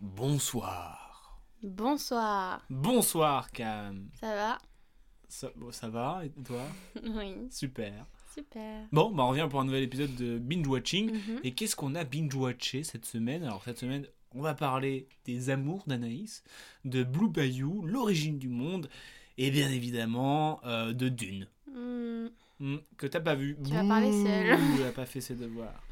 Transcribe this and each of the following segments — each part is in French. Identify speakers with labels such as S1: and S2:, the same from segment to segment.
S1: Bonsoir.
S2: Bonsoir.
S1: Bonsoir Cam.
S2: Ça va
S1: ça, bon, ça va et toi
S2: Oui.
S1: Super.
S2: Super.
S1: Bon, bah on revient pour un nouvel épisode de Binge Watching. Mm -hmm. Et qu'est-ce qu'on a binge watché cette semaine Alors cette semaine, on va parler des amours d'Anaïs, de Blue Bayou, l'origine du monde, et bien évidemment euh, de Dune.
S2: Hmm.
S1: Mm. Mm, que t'as pas vu.
S2: Tu Bouh, vas parler seul.
S1: Tu n'as pas fait ses devoirs.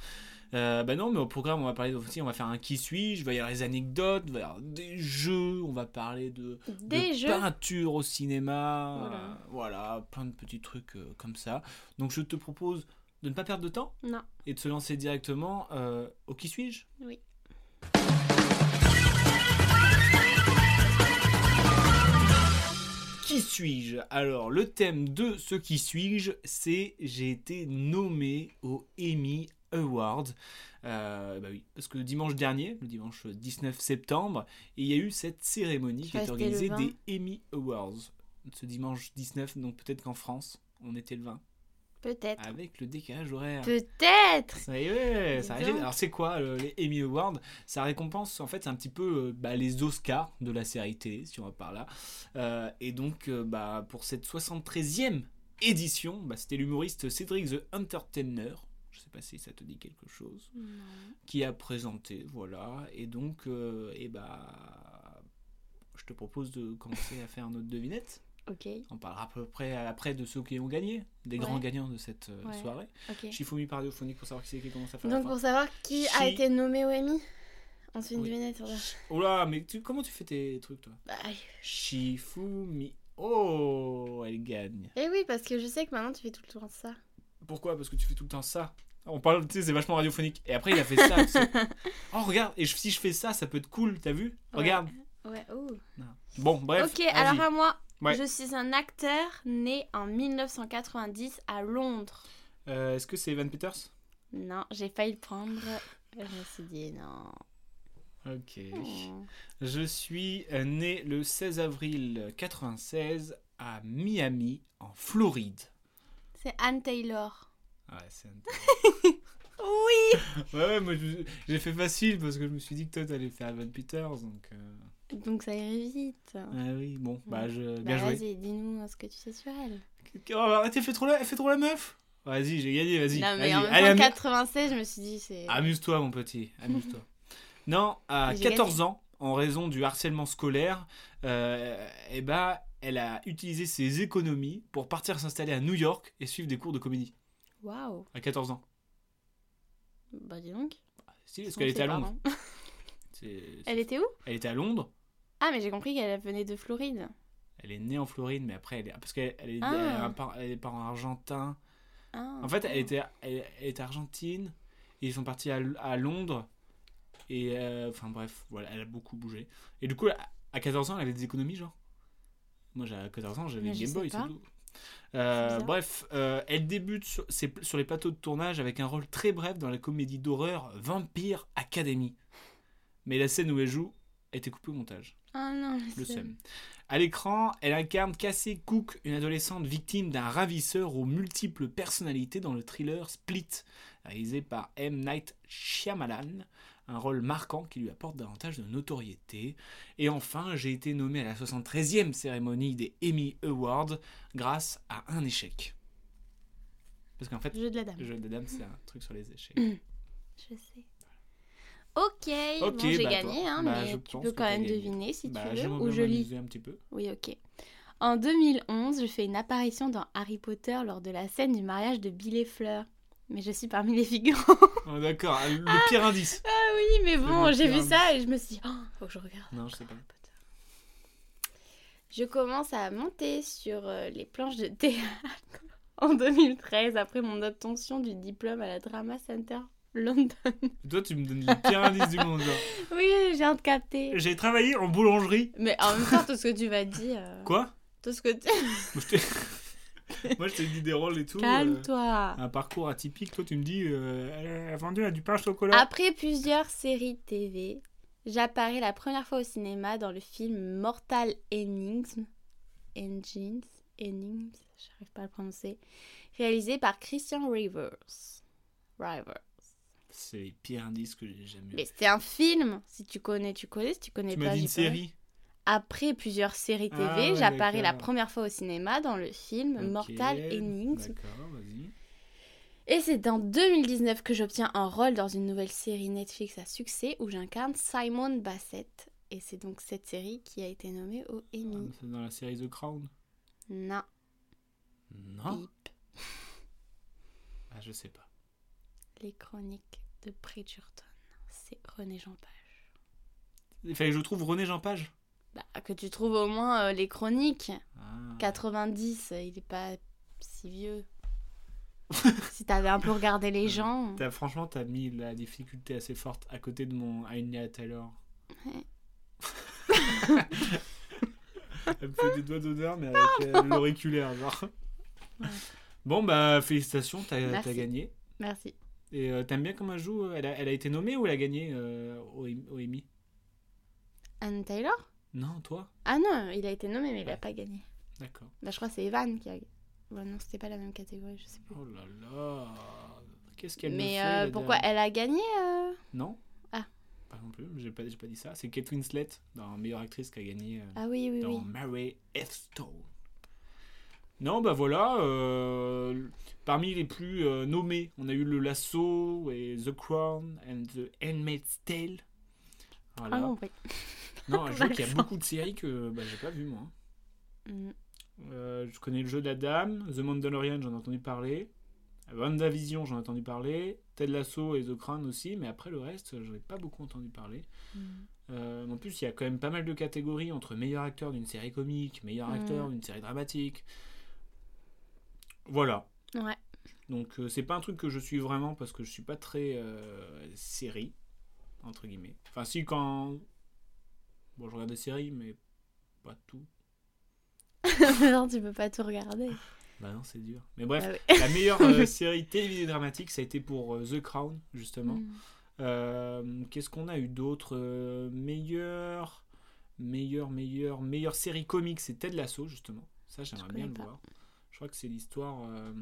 S1: Euh, bah non, mais au programme, on va parler aussi, on va faire un qui suis-je, il va y avoir des anecdotes, il va y avoir des jeux, on va parler de,
S2: des
S1: de
S2: jeux.
S1: peinture au cinéma, voilà. Euh, voilà. plein de petits trucs euh, comme ça. Donc je te propose de ne pas perdre de temps
S2: non.
S1: et de se lancer directement euh, au qui suis-je
S2: Oui.
S1: Qui suis-je Alors, le thème de ce qui suis-je, c'est j'ai été nommé au Emmy Awards. Euh, bah oui, parce que dimanche dernier, le dimanche 19 septembre, il y a eu cette cérémonie qui est organisée des Emmy Awards. Ce dimanche 19, donc peut-être qu'en France, on était le 20.
S2: Peut-être.
S1: Avec le décalage horaire.
S2: Peut-être.
S1: Oui, ouais, ça arrive. Alors c'est quoi euh, les Emmy Awards Ça récompense en fait un petit peu euh, bah, les Oscars de la série T, si on va par là. Euh, et donc bah, pour cette 73e édition, bah, c'était l'humoriste Cédric The Entertainer. Je sais pas si ça te dit quelque chose.
S2: Non.
S1: Qui a présenté, voilà. Et donc, euh, et bah, je te propose de commencer à faire notre devinette.
S2: Okay.
S1: On parlera à peu près après de ceux qui ont gagné, des ouais. grands gagnants de cette euh, ouais. soirée.
S2: Okay.
S1: Shifumi Pardophonique pour savoir qui c'est qui commence à faire.
S2: Donc pour savoir qui Chi... a été nommé au Emmy on se fait une oui. devinette.
S1: Oh là, mais tu, comment tu fais tes trucs toi
S2: bah,
S1: Shifumi. Oh, elle gagne.
S2: Eh oui, parce que je sais que maintenant tu fais tout le temps ça.
S1: Pourquoi Parce que tu fais tout le temps ça. On parle, tu sais, c'est vachement radiophonique. Et après, il a fait ça. ça. Oh, regarde, et si je fais ça, ça peut être cool, t'as vu
S2: ouais.
S1: Regarde.
S2: Ouais, ouh.
S1: Bon, bref.
S2: Ok, alors à moi. Ouais. Je suis un acteur né en 1990 à Londres.
S1: Euh, Est-ce que c'est Evan Peters
S2: Non, j'ai failli le prendre. Je me suis dit non.
S1: Ok.
S2: Hmm.
S1: Oh. Je suis né le 16 avril 96 à Miami, en Floride.
S2: C'est Anne Taylor.
S1: Ouais, c'est Anne
S2: Taylor. oui
S1: Ouais, ouais, moi j'ai fait facile parce que je me suis dit que toi t'allais faire Evan Peters donc. Euh...
S2: Donc ça irait vite.
S1: Ah oui, bon, bah je.
S2: Bien
S1: bah,
S2: Vas-y, dis-nous ce que tu sais sur elle.
S1: Oh, arrêtez, fais trop la, fais trop la meuf Vas-y, j'ai gagné, vas-y.
S2: Non, mais en même temps, 96, je me suis dit, c'est.
S1: Amuse-toi, mon petit, amuse-toi. non, à 14 gagné. ans, en raison du harcèlement scolaire, euh, eh bah, elle a utilisé ses économies pour partir s'installer à New York et suivre des cours de comédie.
S2: Waouh
S1: À 14 ans.
S2: Bah, dis donc.
S1: Bah, si, parce qu'elle était à Londres.
S2: hein. elle était où
S1: Elle était à Londres.
S2: Ah, mais j'ai compris qu'elle venait de Floride.
S1: Elle est née en Floride, mais après, elle est... parce qu'elle est, ah. elle est par en argentin.
S2: Ah,
S1: en fait, elle était, elle, elle était argentine. Et ils sont partis à, à Londres. Et euh... enfin, bref, voilà, elle a beaucoup bougé. Et du coup, à 14 ans, elle avait des économies, genre. Moi, à 14 ans, j'avais une Game Boy, c'est tout. Euh, bref, euh, elle débute sur, sur les plateaux de tournage avec un rôle très bref dans la comédie d'horreur Vampire Academy. Mais la scène où elle joue était coupée au montage.
S2: Ah non,
S1: le seum. À l'écran, elle incarne Cassie Cook, une adolescente victime d'un ravisseur aux multiples personnalités dans le thriller Split, réalisé par M. Night Shyamalan, un rôle marquant qui lui apporte davantage de notoriété. Et enfin, j'ai été nommé à la 73e cérémonie des Emmy Awards grâce à un échec. Parce qu'en fait,
S2: le jeu de la dame,
S1: le jeu de la dame c'est un truc sur les échecs.
S2: Je sais. Ok, okay bon, j'ai bah gagné, hein,
S1: bah,
S2: mais tu peux quand même
S1: gagné.
S2: deviner si
S1: bah,
S2: tu veux. Ou je lis.
S1: Un petit peu.
S2: Oui, ok. En 2011, je fais une apparition dans Harry Potter lors de la scène du mariage de Bill et Fleur. Mais je suis parmi les figurants.
S1: Oh, D'accord, le ah, pire indice.
S2: Ah oui, mais bon, j'ai vu indice. ça et je me suis dit, oh, faut que je regarde.
S1: Non, je sais pas.
S2: Je commence à monter sur euh, les planches de théâtre en 2013 après mon obtention du diplôme à la Drama Center London.
S1: Toi, tu me donnes les pires indices du monde. genre.
S2: Oui, j'ai viens de capter.
S1: J'ai travaillé en boulangerie.
S2: Mais en même temps, tout ce que tu vas dire. euh,
S1: Quoi
S2: Tout ce que tu.
S1: Moi, je t'ai- Moi, je t'ai dit des rôles et tout. euh,
S2: Calme-toi.
S1: Un parcours atypique, toi tu me dis, euh, elle a vendu à du pain au chocolat.
S2: Après plusieurs séries TV, j'apparais la première fois au cinéma dans le film Mortal Engines. Engines Enigmes, j'arrive pas à le prononcer. Réalisé par Christian Rivers. Rivers.
S1: C'est les pires indices que j'ai jamais
S2: Mais
S1: eu.
S2: c'est un film. Si tu connais, tu connais. Si tu connais
S1: Tu
S2: pas,
S1: m'as dit
S2: j'ai
S1: une
S2: pas.
S1: série.
S2: Après plusieurs séries TV,
S1: Ah ouais,
S2: j'apparais la
S1: d'accord.
S2: première fois au cinéma dans le film
S1: Ok,
S2: Mortal Enigmes.
S1: D'accord, vas-y.
S2: Et c'est en 2019 que j'obtiens un rôle dans une nouvelle série Netflix à succès où j'incarne Simon Bassett. Et c'est donc cette série qui a été nommée au Emmy.
S1: Ah, C'est dans la série The Crown
S2: Non,
S1: Non.
S2: Pip,
S1: Ah, je sais pas.
S2: les chroniques de Bridgerton. C'est René Jean Page.
S1: Il fallait que je trouve René Jean Page.
S2: Bah, que tu trouves au moins euh, les chroniques.
S1: Ah.
S2: 90, il est pas si vieux. si t'avais un peu regardé les gens.
S1: T'as- franchement, t'as mis la difficulté assez forte à côté de mon Anya Taylor.
S2: Ouais.
S1: Elle me fait des doigts d'honneur, mais avec euh, l'auriculaire, genre.
S2: Ouais.
S1: Bon, bah, félicitations, t'as
S2: Merci.
S1: t'as gagné.
S2: Merci.
S1: Et euh, t'aimes bien comment elle joue euh, elle a, elle a été nommée ou elle a gagné euh, au, Em- au Emmy
S2: Anne Taylor
S1: Non, toi
S2: Ah non, il a été nommé, mais il a pas gagné.
S1: D'accord.
S2: Bah, je crois que c'est Evan qui a. Bon, non, c'était pas la même catégorie, je sais plus.
S1: Oh là là Qu'est-ce qu'elle me
S2: mais
S1: fait,
S2: euh,
S1: la
S2: pourquoi
S1: dame
S2: elle a gagné euh
S1: Non
S2: Ah.
S1: Pas non plus, j'ai pas, j'ai pas dit ça. C'est Kate Winslet, dans Meilleure actrice, qui a gagné euh,
S2: Ah oui, oui,
S1: dans
S2: oui.
S1: Mary F. Stone. Non, bah voilà, euh, parmi les plus euh, nommés, on a eu Le Lasso et The Crown and The Handmaid's Tale. Voilà.
S2: Ah non, oui.
S1: Non, je vois qu'il y a
S2: Intéressant.
S1: beaucoup de séries que bah, j'ai pas vues, moi.
S2: Mm.
S1: Euh, je connais le jeu de la dame, The Mandalorian, j'en ai entendu parler. WandaVision, j'en ai entendu parler. Ted Lasso et The Crown aussi, mais après le reste, j'en ai pas beaucoup entendu parler.
S2: Mm.
S1: Euh, en plus, il y a quand même pas mal de catégories entre meilleur acteur d'une série comique, meilleur
S2: Mm.
S1: acteur d'une série dramatique. Voilà.
S2: Ouais.
S1: Donc, euh, c'est pas un truc que je suis vraiment parce que je suis pas très euh, série, entre guillemets. Enfin, si, quand. Bon, je regarde des séries, mais pas tout.
S2: non, tu peux pas tout regarder.
S1: Bah non, c'est dur. Mais bref,
S2: Ah oui.
S1: la meilleure euh, série télévisée dramatique, ça a été pour euh, The Crown, justement.
S2: Mm.
S1: Euh, Qu'est-ce qu'on a eu d'autre Euh, Meilleure, meilleure, meilleure, meilleure série comique, c'est Ted Lasso, justement. Ça, j'aimerais
S2: connais
S1: bien le
S2: pas.
S1: voir. Je crois que c'est l'histoire euh,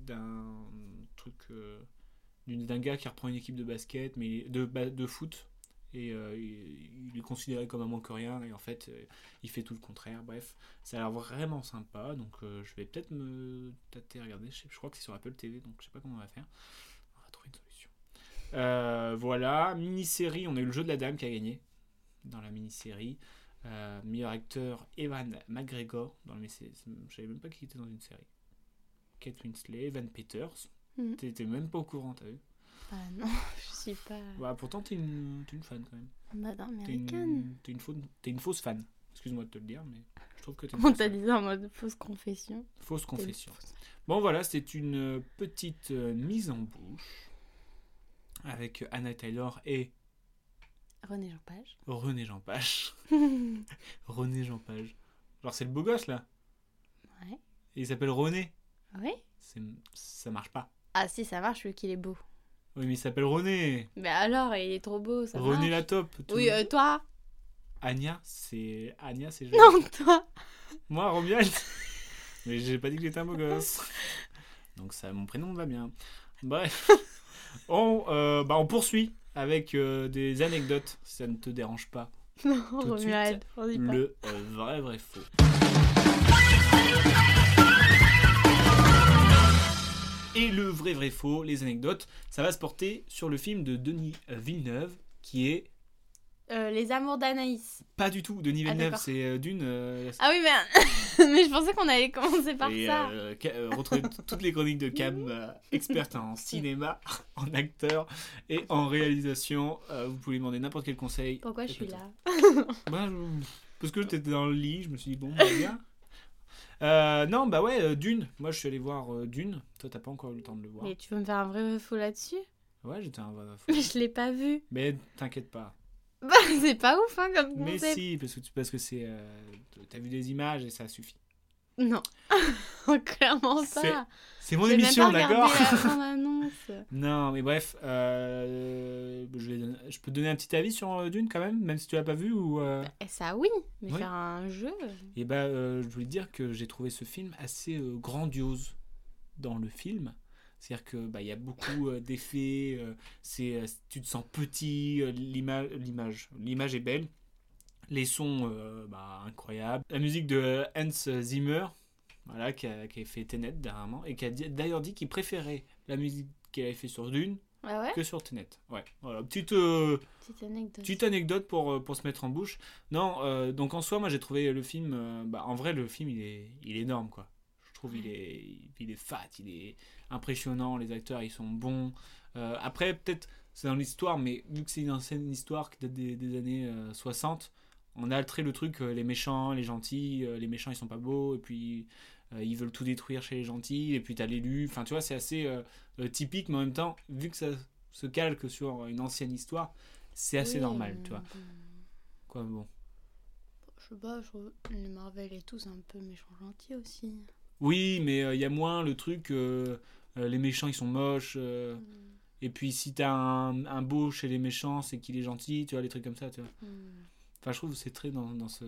S1: d'un truc, euh, d'une- d'un gars qui reprend une équipe de basket, mais de, ba- de foot. Et euh, il, il est considéré comme un manque rien, et en fait, euh, il fait tout le contraire. Bref, ça a l'air vraiment sympa, donc euh, je vais peut-être me tâter à regarder. Je, sais- je crois que c'est sur Apple TV, donc je sais pas comment on va faire. On va trouver une solution. Euh, voilà, mini-série, on a eu le jeu de la dame qui a gagné dans la mini-série. Euh, meilleur acteur, Evan McGregor. Dans le... mais c'est- c'est- Je savais même pas qu'il était dans une série. Kate Winslet, Evan Peters.
S2: Mhm.
S1: T'étais même pas au courant, t'as vu
S2: Ah non, je suis pas.
S1: Bah, Pourtant, t'es une... t'es une fan quand même.
S2: Bah, non,
S1: T'es
S2: américaine.
S1: une... t'es une, faune- t'es une fausse fan. Excuse-moi de te le dire, mais je trouve que t'es une
S2: On
S1: fausse,
S2: t'a
S1: fan.
S2: dit ça en mode fausse confession.
S1: fausse
S2: T'es une
S1: confession.
S2: fausse-
S1: Bon voilà, c'est une petite euh, mise en bouche avec Anna Taylor et
S2: René Jean Page.
S1: René Jean Page. René Jean Page. Genre c'est le beau gosse là.
S2: Ouais.
S1: Et il s'appelle René.
S2: Oui
S1: C'est- Ça marche pas.
S2: Ah si, ça marche vu qu'il est beau.
S1: Oui mais il s'appelle René.
S2: Mais alors, il est trop beau, ça
S1: René
S2: marche.
S1: la top. Tout
S2: Oui,
S1: le-
S2: euh, toi
S1: Anya, c'est Anya, c'est joli.
S2: Non, toi
S1: Moi Romuald. mais j'ai pas dit que j'étais un beau gosse. Donc ça, mon prénom va bien. Bref, on, euh, bah, on poursuit avec euh, des anecdotes si ça ne te dérange pas.
S2: Non,
S1: Tout de suite,
S2: Romuald, on dit pas.
S1: Le euh, vrai, vrai faux. Et le vrai, vrai faux, les anecdotes, ça va se porter sur le film de Denis Villeneuve, qui est
S2: Euh, les amours d'Anaïs.
S1: pas du tout Denis Villeneuve,
S2: Ah, d'accord.
S1: c'est euh, d'une. euh,
S2: Ah oui, mais, mais je pensais qu'on allait commencer par
S1: et,
S2: ça.
S1: euh, Ca- euh, retrouver t- toutes les chroniques de Cam, euh, experte en cinéma, en acteur et en réalisation. Euh, vous pouvez lui demander n'importe quel conseil.
S2: Pourquoi je suis
S1: Écoute.
S2: là
S1: Bah, je- Parce que t'étais dans le lit, je me suis dit, bon, bah, bien. Euh, non, bah ouais, euh, Dune. Moi, je suis allé voir euh, Dune. Toi, t'as pas encore eu le temps de le voir.
S2: Mais tu veux me faire un vrai faux là-dessus
S1: Ouais, j'étais un bon enfant.
S2: Mais je l'ai pas vu.
S1: Mais t'inquiète pas.
S2: Bah, c'est pas ouf, hein, comme
S1: Mais
S2: concept.
S1: si, parce que tu- parce que c'est. euh, T'as vu des images et ça suffit.
S2: Non. Clairement pas.
S1: C'est mon
S2: J'ai même
S1: émission,
S2: pas regardé
S1: d'accord
S2: la bande-annonce.
S1: Non, mais bref, euh, je, vais donner- je peux te donner un petit avis sur euh, Dune quand même, même si tu l'as pas vu ou. euh,
S2: Eh, Ça, oui. Mais
S1: Oui.
S2: faire un jeu.
S1: Et ben, euh, je voulais dire que j'ai trouvé ce film assez euh, grandiose dans le film. C'est-à-dire que bah, il y a beaucoup euh, d'effets, euh, c'est, euh, tu te sens petit, euh, l'ima- l'image, l'image est belle, les sons euh, bah, incroyables. La musique de euh, Hans Zimmer, voilà, qui, a, qui a fait Tenet dernièrement, et qui a di- d'ailleurs dit qu'il préférait la musique qu'elle avait fait sur Dune
S2: Ah ouais
S1: que sur Tenet. Ouais, voilà, petite... euh,
S2: Petite anecdote.
S1: Petite anecdote pour, euh, pour se mettre en bouche. Non, euh, donc en soi, moi j'ai trouvé le film. euh, bah, en vrai, le film il est, il est énorme quoi. Je trouve il est, il est fat, il est impressionnant. Les acteurs ils sont bons. Euh, après, peut-être c'est dans l'histoire, mais vu que c'est une ancienne histoire qui date des, des années euh, 60, on a altéré le truc euh, les méchants, les gentils, euh, les méchants ils sont pas beaux, et puis euh, ils veulent tout détruire chez les gentils, et puis t'as l'élu. Enfin, tu vois, c'est assez euh, euh, typique, mais en même temps, vu que ça se calque sur une ancienne histoire, c'est assez
S2: Oui,
S1: normal,
S2: euh,
S1: tu vois.
S2: bon.
S1: Quoi, bon.
S2: Je sais pas, je trouve les Marvel et tout, c'est un peu méchant gentil aussi.
S1: Oui, mais euh, il y a moins le truc, euh, euh, les méchants ils sont moches. euh,
S2: Mm.
S1: Et puis si t'as un, un beau chez les méchants, c'est qu'il est gentil, tu vois, les trucs comme ça, tu vois.
S2: Mm.
S1: Enfin, je trouve que c'est très dans, dans ce,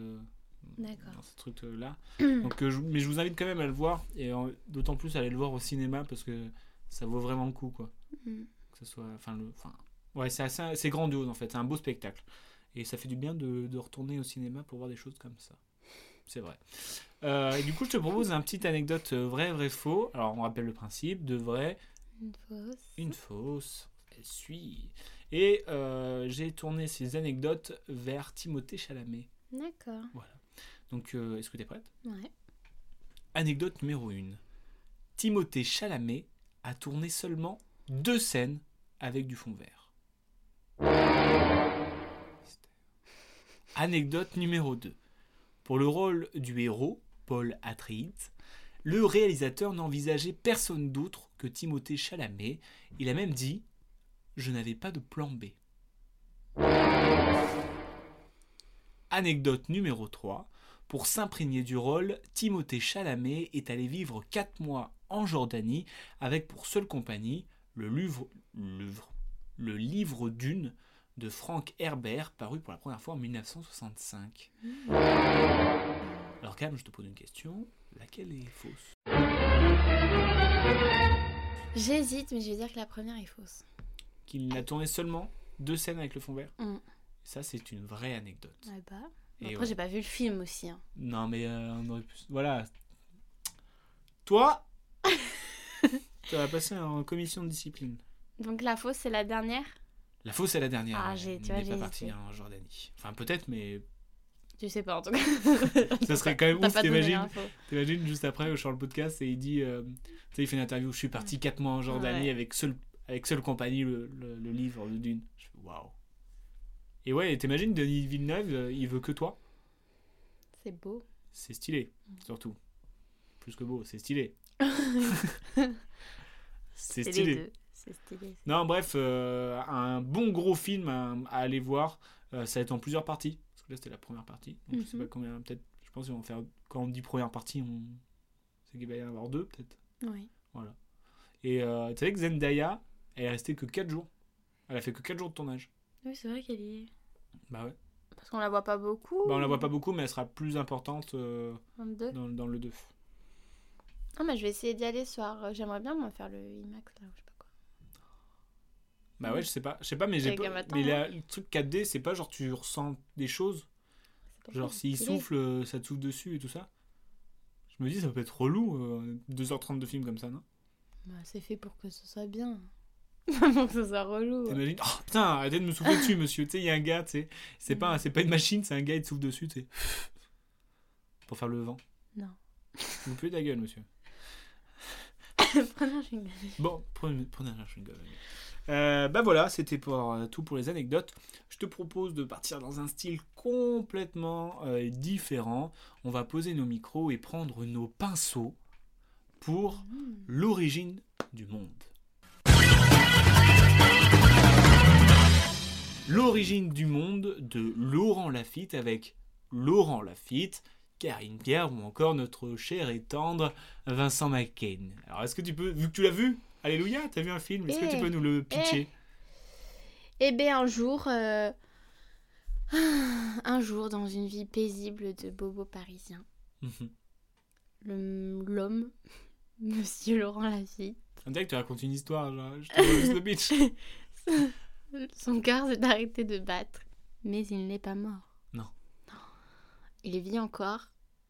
S2: D'accord.
S1: dans ce truc-là. Donc, euh, je- mais je vous invite quand même à le voir, et en- d'autant plus à aller le voir au cinéma, parce que ça vaut vraiment le coup, quoi.
S2: Mm.
S1: Que ce soit... Enfin, le, enfin ouais, c'est assez- c'est grandiose, en fait, c'est un beau spectacle. Et ça fait du bien de, de retourner au cinéma pour voir des choses comme ça. C'est vrai. Euh, et du coup, je te propose un petite anecdote euh, vrai, vrai, faux. Alors, on rappelle le principe de vrai,
S2: Une fausse.
S1: une fausse, elle suit. Et euh, j'ai tourné ces anecdotes vers Timothée Chalamet.
S2: D'accord.
S1: Donc, euh, est-ce que t'es prête
S2: Ouais.
S1: Anecdote numéro 1. Timothée Chalamet a tourné seulement deux scènes avec du fond vert. Anecdote numéro 2. Pour le rôle du héros, Paul Atreides, le réalisateur n'envisageait personne d'autre que Timothée Chalamet. Il a même dit Je n'avais pas de plan B. Anecdote numéro 3. Pour s'imprégner du rôle, Timothée Chalamet est allé vivre 4 mois en Jordanie avec pour seule compagnie le livre, livre- le livre d'une de Frank Herbert paru pour la première fois en 1965. Alors Cam, je te pose une question. Laquelle est fausse
S2: J'hésite, mais je vais dire que la première est fausse.
S1: Qu'il n'a tourné seulement deux scènes avec le fond vert
S2: Mm.
S1: Ça, c'est une vraie anecdote.
S2: Ah bah.
S1: Et
S2: Après,
S1: ouais.
S2: j'ai pas vu le film aussi. hein.
S1: Non, mais euh, on aurait pu... Voilà. Toi Tu vas passer en commission de discipline.
S2: Donc la fausse, c'est la dernière
S1: La fausse est la dernière.
S2: Ah,
S1: ouais.
S2: j'ai- tu
S1: On
S2: vois,
S1: n'est
S2: j'ai
S1: pas
S2: hésité.
S1: parti en Jordanie. Enfin, peut-être, mais
S2: Je sais pas en tout cas.
S1: ça serait quand même
S2: T'as
S1: ouf.
S2: pas donné
S1: T'imagines,
S2: l'info.
S1: t'imagines juste après, je sors le podcast et il dit euh, Tu sais, il fait une interview. Je suis parti 4 mois en Jordanie
S2: Ouais.
S1: avec, seul, avec seule compagnie le, le- le livre de Dune. Je fais, Waouh. Et ouais, et t'imagines, Denis Villeneuve, euh, il veut que toi.
S2: C'est beau.
S1: C'est stylé,
S2: Mm.
S1: surtout. Plus que beau, c'est stylé. c'est
S2: C'est
S1: stylé.
S2: les deux. C'est stylé.
S1: Non, bref, euh, un bon gros film à, à aller voir. Euh, ça va être en plusieurs parties. Parce que là, c'était la première partie. Donc, je sais
S2: Mhm.
S1: pas combien. Peut-être, je pense qu'ils vont faire. Quand on dit première partie, on... c'est qu'il va y en avoir deux, peut-être.
S2: Oui.
S1: Et euh, tu savais que Zendaya, elle est restée que 4 jours. Elle a fait que 4 jours de tournage.
S2: Oui, c'est vrai qu'elle y est.
S1: Bah ouais.
S2: Parce qu'on la voit pas beaucoup.
S1: Bah, on la voit pas beaucoup, mais elle sera plus importante euh,
S2: 22.
S1: dans, dans le 2.
S2: Ah, mais je vais essayer d'y aller ce soir. Euh, J'aimerais bien, moi, faire le IMAX là, ou je sais pas quoi.
S1: Bah ouais, je sais pas. Je sais pas, mais j'ai
S2: Et
S1: pas-
S2: qu'elle m'attend,
S1: Mais la- le truc 4D, c'est pas genre tu ressens des choses.
S2: C'est pour
S1: Genre
S2: ça,
S1: s'il
S2: c'est
S1: souffle, euh, ça te souffle dessus et tout ça. Je me dis ça peut être relou, euh, 2h30 de film comme ça, non
S2: Bah, c'est fait pour que ce soit bien. pour que ce soit relou.
S1: T'imagines Oh putain, arrêtez de me souffler dessus, monsieur. Tu sais, il y a un gars, tu sais. C'est pas, c'est pas une machine, c'est un gars, il te souffle dessus, tu sais. Pour faire le vent.
S2: Non.
S1: Vous puez de la gueule, monsieur.
S2: Prenons, je rigole.
S1: Bon, prenez, prenez un chewing-gum. allez. Euh, bah voilà, c'était pour euh, tout pour les anecdotes. Je te propose de partir dans un style complètement euh, différent. On va poser nos micros et prendre nos pinceaux pour l'origine du monde. L'origine du monde de Laurent Lafitte avec Laurent Lafitte, Karine Pierre ou encore notre cher et tendre Vincent Macken. Alors est-ce que tu peux, vu que tu l'as vu, Alléluia, t'as vu un film, est-ce que tu
S2: Eh,
S1: peux nous le pitcher
S2: Eh bien, un jour, euh, un jour, dans une vie paisible de bobo parisien,
S1: Mhm.
S2: le- l'homme, Monsieur Laurent Lafitte,
S1: On dirait que tu racontes une histoire, genre, je te laisse le pitch.
S2: son cœur s'est arrêté de battre, mais il n'est pas mort.
S1: Non.
S2: Non. Il vit encore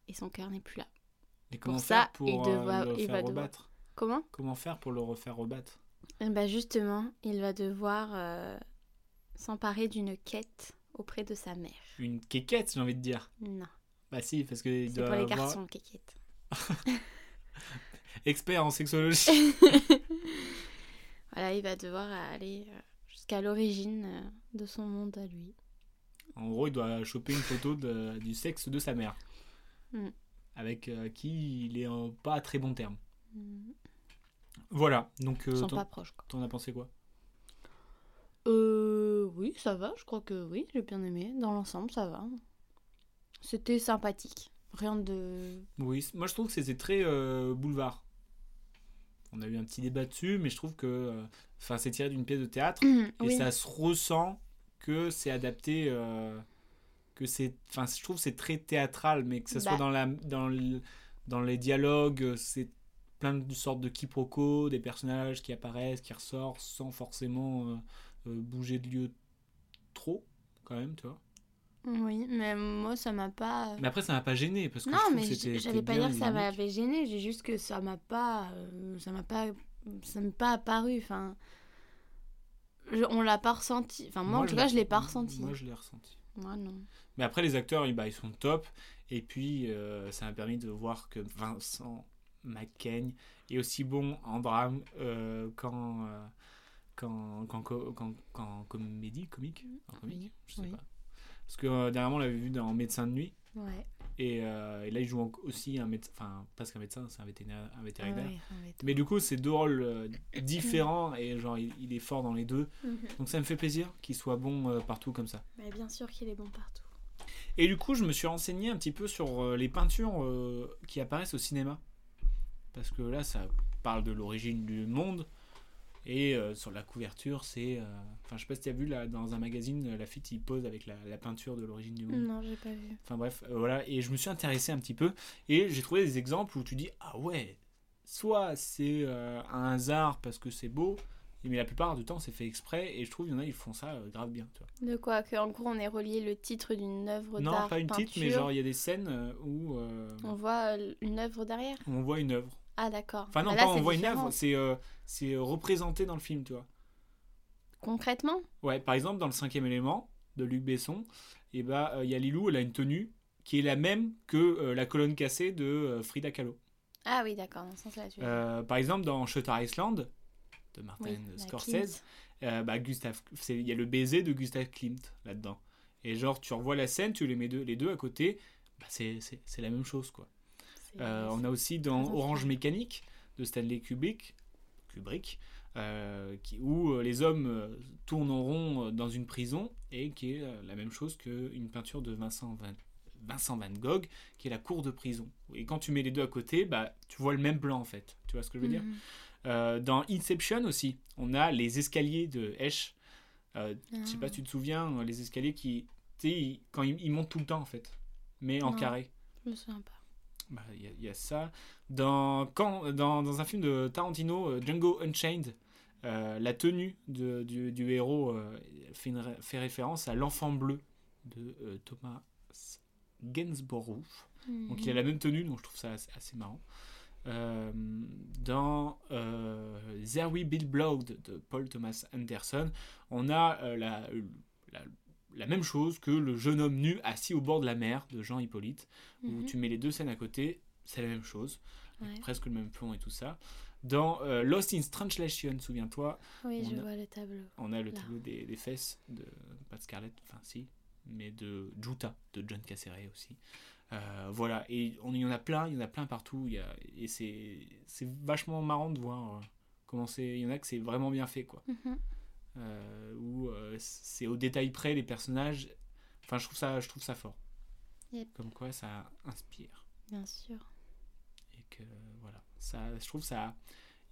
S2: et son cœur n'est plus là.
S1: Et comment
S2: Pour
S1: faire
S2: ça,
S1: pour
S2: il
S1: euh,
S2: devra-
S1: le
S2: il
S1: faire
S2: va devoir-
S1: rebattre
S2: Comment
S1: Comment faire pour le refaire rebattre
S2: Eh ben justement, il va devoir euh, s'emparer d'une quête auprès de sa mère.
S1: Une quéquette, j'ai envie de dire.
S2: Non,
S1: Bah si, parce qu'il
S2: c'est
S1: doit
S2: pour les
S1: avoir-
S2: garçons, Kékette.
S1: expert en sexologie.
S2: Voilà, il va devoir aller euh, jusqu'à l'origine euh, de son monde à lui.
S1: en gros, il doit choper une photo de- du sexe de sa mère.
S2: Mm.
S1: Avec euh, qui il est en pas très bon terme.
S2: Mm.
S1: Voilà, Euh, donc euh,
S2: Ils sont
S1: t'en
S2: pas proches, quoi.
S1: t'en as pensé quoi
S2: Euh, oui, ça va, je crois que oui, j'ai bien aimé. Dans l'ensemble, ça va. C'était sympathique. Rien de...
S1: Oui, c- moi je trouve que c'était très euh, boulevard. On a eu un petit débat dessus, mais je trouve que euh, enfin, c'est tiré d'une pièce de théâtre. et
S2: oui,
S1: ça se ressent que c'est adapté euh, que c'est enfin je trouve que c'est très théâtral mais que ça soit
S2: Bah.
S1: dans la dans le- dans les dialogues c'est plein de sortes de quiproquos des personnages qui apparaissent qui ressortent sans forcément euh, euh, bouger de lieu trop quand même tu vois
S2: oui, mais moi, ça m'a pas...
S1: mais après ça m'a pas gêné parce que je
S2: Non,
S1: trouve
S2: mais
S1: que c'était
S2: j-
S1: c'était
S2: j'allais pas
S1: bien
S2: dire que ça
S1: dynamique.
S2: m'avait gêné, j'ai juste que ça m'a pas euh, ça m'a pas ça m'est pas apparu, enfin je- on l'a pas ressenti. Enfin moi, en
S1: je
S2: tout
S1: l'ai-
S2: cas, je l'ai pas ressenti.
S1: moi je l'ai ressenti
S2: Moi, non.
S1: Mais après, les acteurs, ils, bah, ils sont top. Et puis, euh, ça m'a permis de voir que Vincent McCain est aussi bon en drame euh, qu'en, euh, qu'en, qu'en co- qu'en- qu'en comédie, comique, en comique, je sais
S2: Oui.
S1: pas. Parce que euh, dernièrement, on l'avait vu dans Médecin de nuit.
S2: Ouais.
S1: Et, euh, et là, il joue en- aussi un médecin, enfin, pas qu'un médecin, c'est un vétérinaire. Un vétérinaire.
S2: Ouais, ça va être-
S1: Mais du coup, c'est deux rôles euh, différents et genre, il, il est fort dans les deux.
S2: Mhm.
S1: Donc, ça me fait plaisir qu'il soit bon euh, partout comme ça.
S2: Mais Bah, bien sûr qu'il est bon partout.
S1: Et du coup, je me suis renseigné un petit peu sur euh, les peintures euh, qui apparaissent au cinéma. Parce que là, ça parle de l'origine du monde. Et euh, sur la couverture, c'est. euh, Enfin, je sais pas si tu as vu là, dans un magazine, euh, la fille il pose avec la, la peinture de l'origine du monde.
S2: Non, j'ai pas vu.
S1: Enfin, bref, euh, voilà. Et je me suis intéressé un petit peu. Et j'ai trouvé des exemples où tu dis Ah ouais, soit c'est euh, un hasard parce que c'est beau. Mais la plupart du temps, c'est fait exprès. Et je trouve qu'il y en a, ils font ça euh, grave bien. Tu vois.
S2: De quoi que en gros, on est relié le titre d'une œuvre d'art.
S1: Non, pas une petite, mais
S2: peinture.
S1: genre, il y a des scènes euh, où. euh,
S2: on voit euh, une œuvre derrière.
S1: on voit une œuvre.
S2: Ah d'accord.
S1: Enfin non,
S2: Bah là,
S1: pas on
S2: c'est
S1: voit une
S2: différent.
S1: œuvre, c'est euh, c'est représenté dans le film, tu vois.
S2: Concrètement
S1: Ouais, par exemple dans le cinquième élément de Luc Besson, et bah il y a Lilou, elle a une tenue qui est la même que euh, la colonne cassée de euh, Frida Kahlo.
S2: Ah oui, d'accord, dans ce sens-là, tu veux dire.
S1: Euh, par exemple dans Shutter Island de Martin
S2: Oui, la
S1: Scorsese,
S2: Clint.
S1: euh, bah, Gustave, c'est- il y a le baiser de Gustave Klimt là-dedans. Et genre tu revois la scène, tu les mets deux, les deux à côté, bah, c'est c'est- c'est la même chose quoi.
S2: C'est-
S1: Euh, on a aussi dans
S2: très
S1: Orange
S2: inspirant.
S1: Mécanique de Stanley Kubrick, Kubrick euh, qui, où euh, les hommes euh, tournent en rond euh, dans une prison et qui est euh, la même chose qu'une peinture de Vincent Van, Vincent Van Gogh qui est la cour de prison. Et quand tu mets les deux à côté, bah, tu vois le même plan en fait. Tu vois ce que je veux dire
S2: Mhm.
S1: Euh, Dans Inception aussi, on a les escaliers de Hesh. Euh, Je
S2: Ah.
S1: sais pas si tu te souviens, euh, les escaliers qui, tu sais, ils- quand ils, ils montent tout le temps en fait, mais en
S2: Non.
S1: carré.
S2: Je me souviens pas.
S1: Bah, Il y, a- il y a ça. Dans, quand, dans, dans un film de Tarantino, euh, Django Unchained, euh, la tenue de- du, du héros euh, fait, une ré- fait référence à l'enfant bleu de euh, Thomas Gainsborough. Donc
S2: Mhm.
S1: il a la même tenue, donc je trouve ça assez, assez marrant. Euh, dans euh, There We Build Blood de Paul Thomas Anderson, on a euh, la, la, la même chose que le jeune homme nu assis au bord de la mer de Jean Hippolyte, où
S2: Mhm.
S1: tu mets les deux scènes à côté, c'est la même chose,
S2: Ouais.
S1: presque le même plan et tout ça. Dans euh, Lost in Translation, souviens-toi,
S2: Oui,
S1: on
S2: je
S1: a-
S2: vois le tableau.
S1: on a le
S2: Là.
S1: tableau des, des fesses de, pas de Scarlett, enfin si, mais de Juta, de John Casseret aussi. Euh, voilà, et on il y en a plein, il y en a plein partout, il y a- et
S2: Mm-hmm.
S1: c'est c'est vachement marrant de voir euh, comment c'est, il y en a que c'est vraiment bien fait, quoi. euh, où euh, c'est au détail près les personnages. Enfin, je trouve ça, je trouve ça fort.
S2: Yep.
S1: Comme quoi, ça inspire
S2: Bien sûr.
S1: et que voilà, ça, je trouve ça.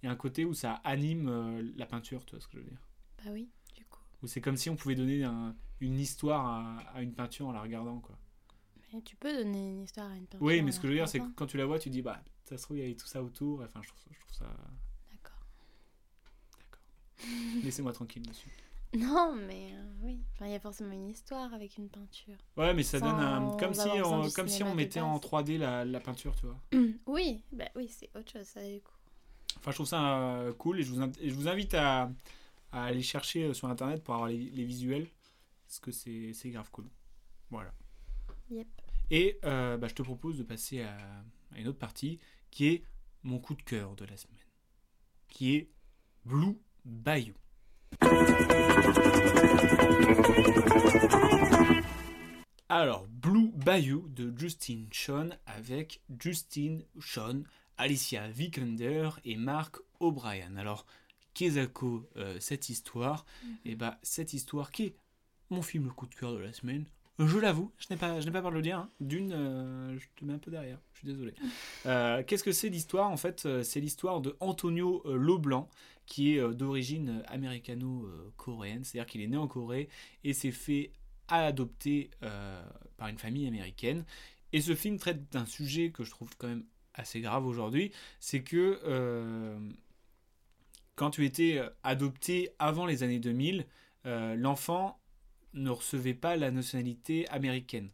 S1: Il y a un côté où ça anime euh, la peinture, tu vois ce que je veux dire.
S2: Bah oui, du coup.
S1: Où c'est comme si on pouvait donner un- une histoire à, à une peinture en la regardant, quoi.
S2: Mais tu peux donner une histoire à une personne.
S1: Oui, mais ce que je veux dire, c'est que quand tu la vois, tu dis, bah, ça se trouve, il y avait tout ça autour. Enfin, je trouve, ça- je trouve ça.
S2: D'accord.
S1: Laissez-moi tranquille, monsieur.
S2: Non, mais euh, oui. Enfin, il y a forcément une histoire avec une peinture.
S1: Ouais, mais ça
S2: Sans
S1: donne un. Comme si
S2: avoir besoin
S1: on,
S2: du
S1: comme si
S2: cinéma
S1: on
S2: de
S1: mettait
S2: base.
S1: en 3D la, la peinture, tu vois.
S2: oui, bah oui, c'est autre chose, ça, du coup.
S1: Enfin, je trouve ça euh, cool et je vous, in- et je vous invite à, à aller chercher euh, sur internet pour avoir les, les visuels parce que c'est c'est grave cool. Voilà.
S2: Yep.
S1: Et euh, bah, je te propose de passer à, à une autre partie qui est mon coup de cœur de la semaine qui est Blue Bayou. Alors, Blue Bayou de Justin Sean avec Justin Sean Alicia Vikander et Mark O'Brien. Alors, qu'est-ce que euh, cette histoire Et bah, cette histoire qui est mon film le coup de cœur de la semaine. Je l'avoue, je n'ai pas, je n'ai pas peur de le dire. hein. D'une, euh, je te mets un peu derrière. Je suis désolé. Euh, Qu'est-ce que c'est l'histoire En fait, euh, c'est l'histoire de Antonio euh, Loblanc, qui est euh, d'origine américano-coréenne, c'est-à-dire qu'il est né en Corée et s'est fait adopter euh, par une famille américaine. Et ce film traite d'un sujet que je trouve quand même assez grave aujourd'hui, c'est que euh, quand tu étais euh, adopté avant les années 2000, euh, l'enfant ne recevait pas la nationalité américaine.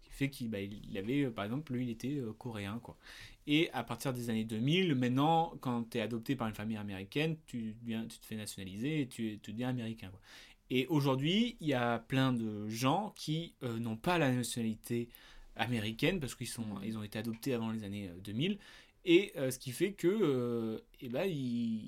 S1: Ce qui fait qu'il bah, il avait, euh, par exemple, lui, il était euh, coréen. Quoi. Et à partir des années 2000, maintenant, quand tu es adopté par une famille américaine, tu, deviens- tu te fais nationaliser et tu, tu deviens américain. quoi. Et aujourd'hui, il y a plein de gens qui euh, n'ont pas la nationalité américaine parce qu'ils sont, ils ont été adoptés avant les années euh, 2000. Et euh, ce qui fait que, euh, eh ben, il,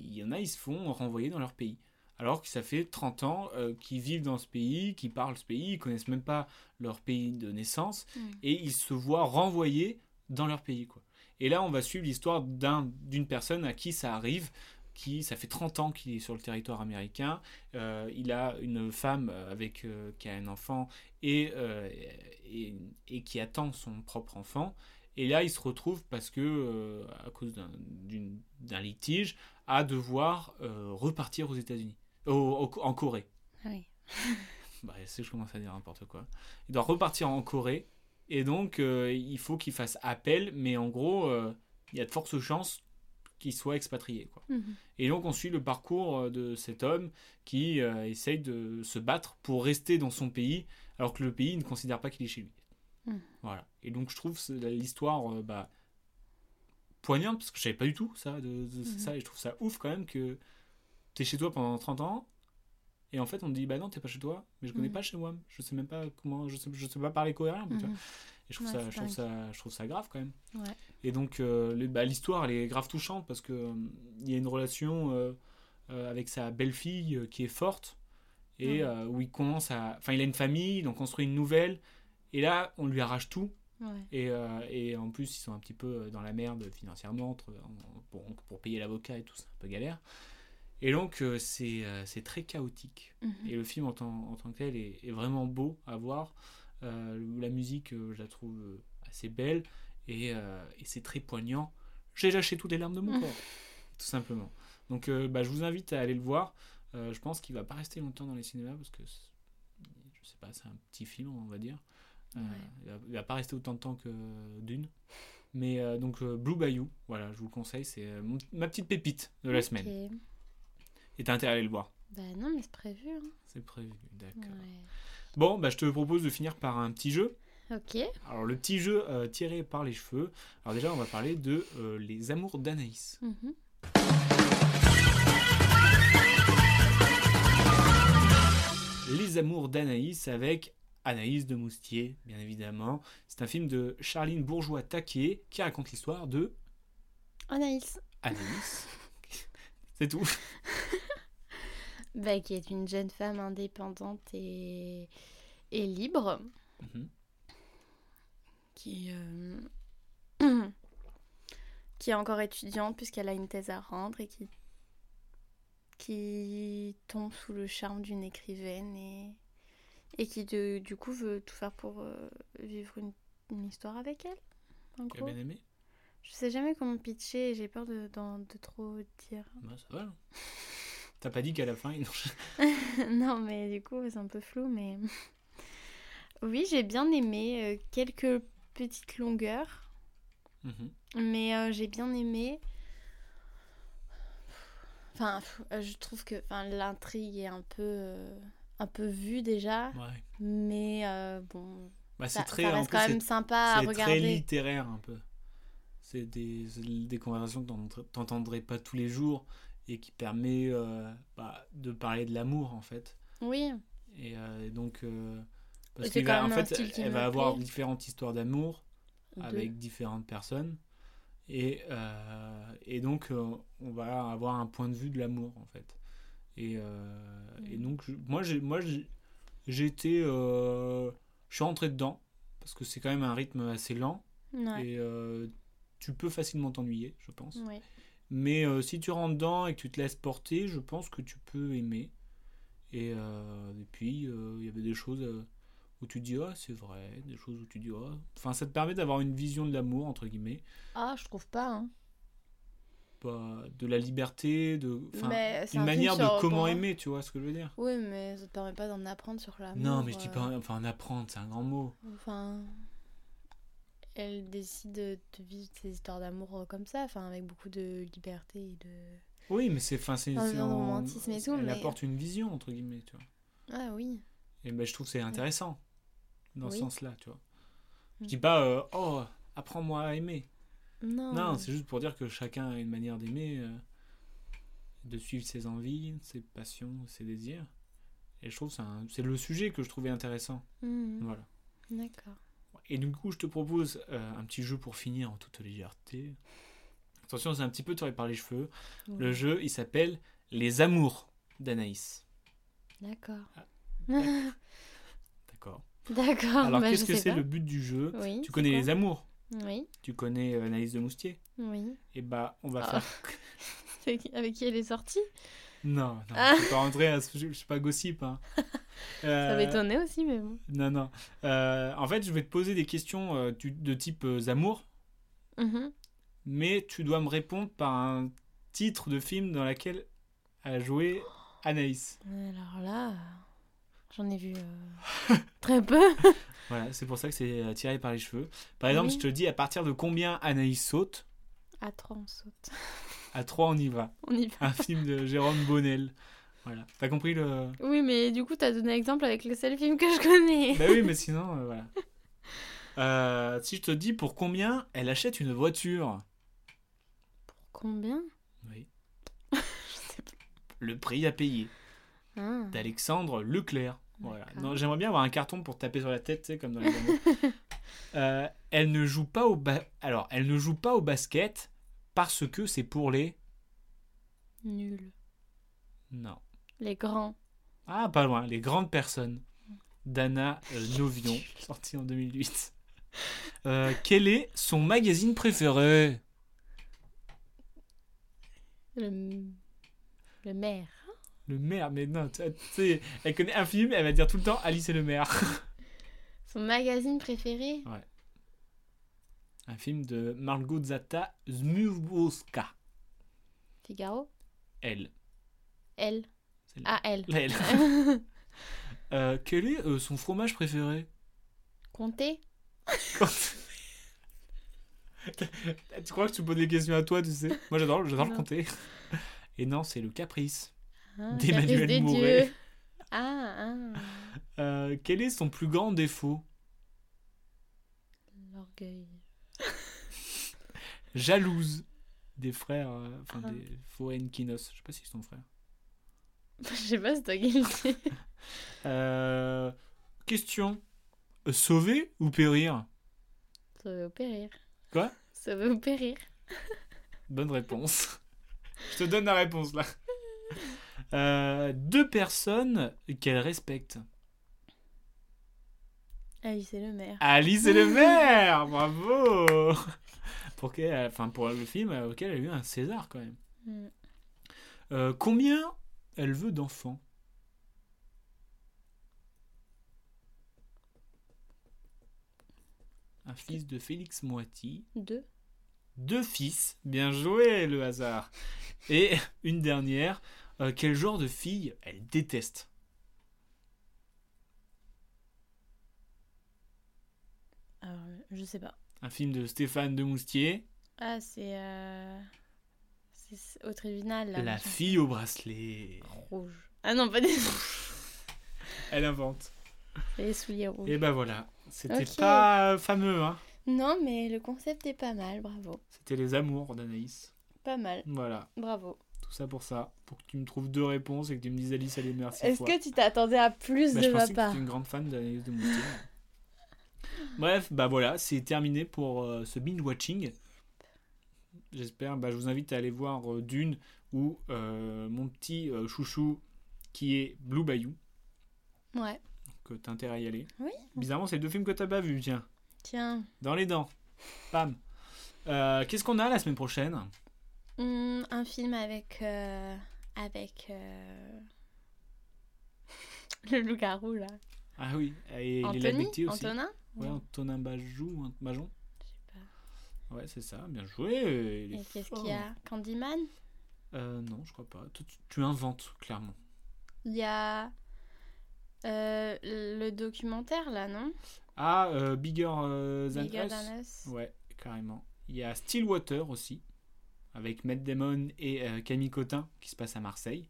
S1: il y en a, ils se font renvoyer dans leur pays. Alors que ça fait 30 ans euh, qu'ils vivent dans ce pays, qu'ils parlent ce pays, ils connaissent même pas leur pays de naissance,
S2: Mm.
S1: et ils se voient renvoyés dans leur pays. Quoi. Et là, on va suivre l'histoire d'un- d'une personne à qui ça arrive, qui ça fait 30 ans qu'il est sur le territoire américain. Euh, il a une femme euh, avec euh, qui a un enfant et, euh, et, et qui attend son propre enfant. Et là, il se retrouve parce que, euh, à cause d'un- d'une- d'un litige, à devoir euh, repartir aux États-Unis, au- au- en Corée.
S2: Ah oui.
S1: Bah, c'est je commence à dire n'importe quoi. Il doit repartir en Corée et donc euh, il faut qu'il fasse appel, mais en gros, euh, il y a de fortes chances qu'il soit expatrié. Quoi.
S2: Mhm.
S1: Et donc on suit le parcours euh, de cet homme qui euh, essaye de se battre pour rester dans son pays alors que le pays ne considère pas qu'il est chez lui.
S2: Mhm.
S1: Voilà. Et donc je trouve c'est la- l'histoire euh, bah, poignante parce que je savais pas du tout ça. De, de- ça et je trouve ça ouf quand même que tu es chez toi pendant 30 ans et en fait on te dit bah non t'es pas chez toi mais je connais
S2: Mhm.
S1: pas chez moi je sais même pas comment je sais, je sais pas parler coréen tu vois.
S2: Mhm.
S1: et je trouve,
S2: Ouais,
S1: ça,
S2: c'est
S1: je, trouve
S2: dingue.
S1: ça, je trouve ça grave quand même
S2: Ouais.
S1: et donc, euh, le- bah, l'histoire, elle est grave touchante parce qu'il y a une relation euh, euh, avec sa belle-fille euh, qui est forte et
S2: Ouais.
S1: euh, où il commence à. Enfin, il a une famille, il en construit une nouvelle. Et là, on lui arrache tout.
S2: Mm-hmm. Ouais.
S1: Et, euh, et en plus, ils sont un petit peu euh, dans la merde financièrement entre- en- pour, pour payer l'avocat et tout, c'est un peu galère. Et donc, euh, c'est euh, c'est très chaotique.
S2: Mhm.
S1: Et le film en tant, en tant que tel est, est vraiment beau à voir. Euh, la musique, euh, je la trouve euh, assez belle et, euh, et c'est très poignant. J'ai lâché toutes les larmes de
S2: Mm.
S1: mon corps, tout simplement. Donc euh, bah, je vous invite à aller le voir. Euh, je pense qu'il va pas rester longtemps dans les cinémas parce que c'est- je sais pas, c'est un petit film, on va dire. Euh,
S2: Ouais.
S1: il, va, il va pas rester autant de temps que euh, Dune. Mais euh, donc euh, Blue Bayou, voilà, je vous le conseille, c'est euh, mon- ma petite pépite de la semaine.
S2: Ok.
S1: Et t'as intérêt à aller le voir.
S2: Bah non, mais c'est prévu. hein.
S1: C'est prévu, d'accord.
S2: Ouais.
S1: Bon, bah, je te propose de finir par un petit jeu.
S2: Ok.
S1: Alors, le petit jeu euh, tiré par les cheveux. Alors, déjà, on va parler de euh, Les Amours d'Anaïs.
S2: Mhm.
S1: Les Amours d'Anaïs avec Anaïs de Moustier, bien évidemment. C'est un film de Charline Bourgeois-Taquet qui raconte l'histoire de
S2: Anaïs.
S1: Anaïs. C'est tout.
S2: Bah, qui est une jeune femme indépendante et, et libre.
S1: Mhm.
S2: Qui, euh, qui est encore étudiante puisqu'elle a une thèse à rendre et qui qui tombe sous le charme d'une écrivaine et, et qui, de- du coup, veut tout faire pour euh, vivre une, une histoire avec elle. En
S1: Tu as
S2: gros.
S1: bien aimé
S2: Je sais jamais comment pitcher et j'ai peur de, d'en- de trop dire.
S1: Bah, ça va. hein. T'as pas dit qu'à la fin, il
S2: non, mais du coup, c'est un peu flou, mais. oui, j'ai bien aimé euh, quelques petites longueurs,
S1: Mhm.
S2: mais euh, j'ai bien aimé. Enfin, pff, euh, je trouve que enfin, l'intrigue est un peu, euh, un peu vue déjà,
S1: Ouais.
S2: mais euh, bon,
S1: Bah,
S2: ça,
S1: c'est très.
S2: ça
S1: en
S2: reste
S1: plus,
S2: quand
S1: c'est-
S2: même sympa à
S1: C'est très
S2: Ah, regarder.
S1: littéraire un peu. C'est des, des conversations que t'en- t'entendrais pas tous les jours et qui permet euh, bah, de parler de l'amour en fait.
S2: Oui,
S1: Et euh, donc, euh,
S2: Et
S1: parce
S2: c'est
S1: qu'il va,
S2: quand
S1: en
S2: même un
S1: fait,
S2: style qui
S1: elle
S2: me
S1: va avoir
S2: plaît.
S1: différentes histoires d'amour
S2: deux.
S1: avec différentes personnes. Et, euh, et donc, euh, on va avoir un point de vue de l'amour, en fait. Et, euh, et
S2: Mhm.
S1: donc, je- moi, j'ai, moi, j'ai- j'ai été... euh, je suis rentré dedans, parce que c'est quand même un rythme assez lent.
S2: Ouais.
S1: Et euh, tu peux facilement t'ennuyer, je pense.
S2: Ouais.
S1: Mais euh, si tu rentres dedans et que tu te laisses porter, je pense que tu peux aimer. Et, euh, et puis, euh, il y avait des choses euh, où tu dis, ah, c'est vrai, des choses où tu dis, ah. Enfin, ça te permet d'avoir une vision de l'amour, entre guillemets,
S2: Ah, je trouve pas. hein.
S1: pas- de la liberté, de. Enfin,
S2: Mais c'est
S1: une
S2: un film
S1: manière de
S2: sur-
S1: comment
S2: pour-
S1: aimer, tu vois ce que je veux dire
S2: Oui, mais ça te permet pas d'en apprendre sur l'amour.
S1: Non, mais je dis
S2: euh.
S1: pas, enfin, en apprendre, c'est un grand mot.
S2: Enfin, elle décide de de vivre ses histoires d'amour euh, comme ça, enfin avec beaucoup de liberté et de.
S1: Oui, mais c'est. Enfin, c'est.
S2: Un
S1: c'est
S2: genre de
S1: en-
S2: romantisme et tout,
S1: Elle
S2: mais-
S1: apporte une vision, entre guillemets, tu vois.
S2: Ah oui.
S1: Et ben, je trouve que c'est intéressant dans ce
S2: Oui.
S1: sens-là, tu vois. Je
S2: Mm.
S1: dis pas euh, oh apprends-moi à aimer.
S2: Non.
S1: Non, c'est juste pour dire que chacun a une manière d'aimer, euh, de suivre ses envies, ses passions, ses désirs. Et je trouve que c'est un- c'est le sujet que je trouvais intéressant.
S2: Mhm.
S1: Voilà.
S2: D'accord.
S1: Et du coup, je te propose euh, un petit jeu pour finir en toute légèreté. Attention, c'est un petit peu tiré par les cheveux. Le
S2: Ouais.
S1: jeu, il s'appelle Les Amours d'Anaïs.
S2: D'accord.
S1: D'accord.
S2: D'accord.
S1: Alors,
S2: bah,
S1: qu'est-ce
S2: je
S1: que
S2: sais
S1: c'est
S2: pas.
S1: le but du jeu
S2: Oui.
S1: Tu
S2: c'est
S1: connais
S2: quoi
S1: les amours
S2: Oui.
S1: tu connais euh, Anaïs de Moustier
S2: Oui.
S1: Et bah, on va
S2: Ah.
S1: faire.
S2: C'est qui- Avec qui elle est sortie
S1: Non, non,
S2: Ah.
S1: je vais pas rentrer à ce je suis pas gossip. Hein. Euh,
S2: Ça m'étonnait aussi, mais bon.
S1: Non, non. Euh, en fait, je vais te poser des questions euh, du- de type euh, amour,
S2: Mhm.
S1: mais tu dois me répondre par un titre de film dans lequel a joué Anaïs.
S2: Alors là, euh, j'en ai vu euh, très peu.
S1: Voilà, c'est pour ça que c'est euh, tiré par les cheveux. Par exemple,
S2: Oui.
S1: je te dis à partir de combien Anaïs saute
S2: À Ah, trois, on saute.
S1: À 3, on y va.
S2: On y va.
S1: Un film de Jérôme Bonnel. Voilà. T'as compris le.
S2: Oui, mais du coup, t'as donné exemple avec le seul film que je connais.
S1: Bah oui, mais sinon, euh, voilà. Euh, si je te dis pour combien elle achète une voiture,
S2: Combien
S1: oui. le prix à payer
S2: Ah.
S1: d'Alexandre Leclerc. Voilà.
S2: D'accord.
S1: Non, J'aimerais bien avoir un carton pour te taper sur la tête, tu sais, comme dans les années. Euh, elle ne joue pas au ba- alors elle ne joue pas au basket parce que c'est pour les
S2: Nul.
S1: non
S2: Les grands.
S1: ah pas loin les grandes personnes d'Anna euh, Novion sortie en 2008 Euh, quel est son magazine préféré
S2: Le, le maire.
S1: Le maire, mais non, tu tu sais, elle connaît un film, elle va dire tout le temps Alice et le maire.
S2: Son magazine préféré
S1: Un film de Margot Zata Zmurowska.
S2: Figaro
S1: Elle.
S2: Elle
S1: C'est
S2: Ah, elle.
S1: La elle. Euh, quel est euh, son fromage préféré
S2: Comté
S1: Tu crois que tu poses des questions à toi, tu sais Moi j'adore, j'adore le
S2: Non.
S1: compter. Et non, c'est le caprice.
S2: Ah,
S1: D'Emmanuel
S2: Caprice des
S1: Mouret.
S2: dieux. Ah, ah.
S1: Euh, quel est son plus grand défaut
S2: L'orgueil.
S1: Jalouse des frères, euh, enfin
S2: Ah.
S1: des Foenkinos. Je sais pas si c'est son frère.
S2: Je sais pas si t'as guilty.
S1: Euh, question sauver ou périr
S2: Ça veut opérir.
S1: Quoi
S2: Ça veut opérir.
S1: Bonne réponse. Je te donne la réponse là. Euh, deux personnes qu'elle respecte.
S2: Ah oui, c'est le maire.
S1: Alice et le maire, bravo. Pour
S2: Hmm.
S1: qu'elle- enfin pour le film euh, auquel elle a eu un César quand même.
S2: Mm.
S1: Euh, combien elle veut d'enfants Un fils de Félix Moiti.
S2: Deux.
S1: Deux fils. Bien joué, le hasard. Et une dernière. euh, quel genre de fille elle déteste
S2: Alors, je sais pas.
S1: Un film de Stéphane de Moustier.
S2: Ah, c'est. euh, c'est- c'est au tribunal, là.
S1: La
S2: machin.
S1: fille au bracelet.
S2: Rouge. Ah non, pas des.
S1: Elle invente.
S2: c'est les souliers rouges.
S1: Et ben voilà. C'était
S2: Ok.
S1: pas euh, fameux, hein.
S2: Non, mais le concept est pas mal, bravo.
S1: C'était les amours d'Anaïs.
S2: Pas mal,
S1: Voilà.
S2: bravo.
S1: Tout ça pour ça. Pour que tu me trouves deux réponses et que tu me dises Alice, elle est merci.
S2: Est-ce que tu t'attendais à plus
S1: Bah,
S2: de
S1: je
S2: ma
S1: pensais que
S2: part
S1: tu une grande fan d'analyse de Moustier. Bref, bah voilà, c'est terminé pour euh, ce binge watching. J'espère, bah, je vous invite à aller voir euh, Dune ou euh, mon petit euh, chouchou qui est Blue Bayou,
S2: Ouais,
S1: que t'as intérêt à y aller.
S2: Oui.
S1: Bizarrement, c'est deux films que t'as pas vu, tiens.
S2: tiens.
S1: Dans les dents. Pam. Euh, Qu'est-ce qu'on a la semaine prochaine
S2: Hmm, un film avec. euh, Avec. euh, le loup-garou, là.
S1: Ah oui, et il est
S2: Anthony
S1: aussi.
S2: Antonin
S1: Ouais, Antonin Bajou, Ant- Bajon.
S2: Je sais pas.
S1: Ouais, c'est ça, bien joué. il est
S2: Et qu'est-ce
S1: fort.
S2: qu'il y a Candyman
S1: Euh, non, je crois pas. Toi, tu, tu inventes, clairement.
S2: Il y a. euh, le documentaire, là, non
S1: Ah, euh, Bigger euh, Than
S2: Bigger
S1: Us.
S2: Than Us.
S1: Ouais, carrément. Il y a Stillwater aussi, avec Matt Damon et euh, Camille Cotin, qui se passe à Marseille.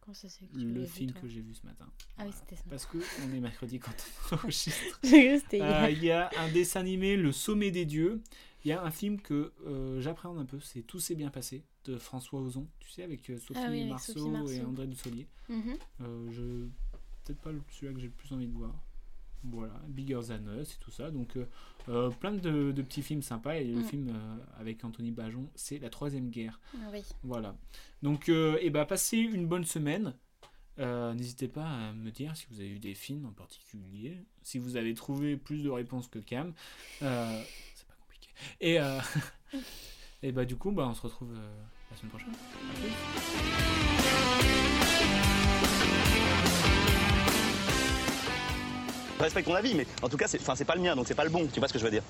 S2: Comment ça se fait que tu l'as
S1: Le
S2: vu,
S1: film
S2: toi
S1: que j'ai vu ce matin.
S2: Ah oui,
S1: Voilà.
S2: c'était ça.
S1: Parce que on est mercredi quand on enregistre.
S2: J'ai cru que c'était
S1: Euh,
S2: hier.
S1: Il y a un dessin animé, Le Sommet des Dieux. Il y a un film que euh, j'appréhende un peu, c'est Tout s'est bien passé, de François Ozon, tu sais, avec euh, Sophie,
S2: Ah oui, avec
S1: Marceau
S2: Sophie
S1: et
S2: Marceau.
S1: André Dussolier.
S2: Mhm.
S1: Euh, je... Peut-être pas celui-là que j'ai le plus envie de voir. Voilà, Bigger Than Us et tout ça. Donc, euh, euh, plein de, de petits films sympas. Et le
S2: Mm.
S1: film euh, avec Anthony Bajon, c'est La Troisième Guerre.
S2: Ah Oui.
S1: Voilà. Donc, euh, eh ben, passez une bonne semaine. Euh, N'hésitez pas à me dire si vous avez vu des films en particulier, si vous avez trouvé plus de réponses que Cam. Euh, c'est pas compliqué. Et, euh, et bah, du coup, bah, on se retrouve euh, la semaine prochaine. À plus.
S3: Je respecte ton avis, mais en tout cas, c'est enfin, c'est pas le mien, donc c'est pas le bon. Tu vois ce que je veux dire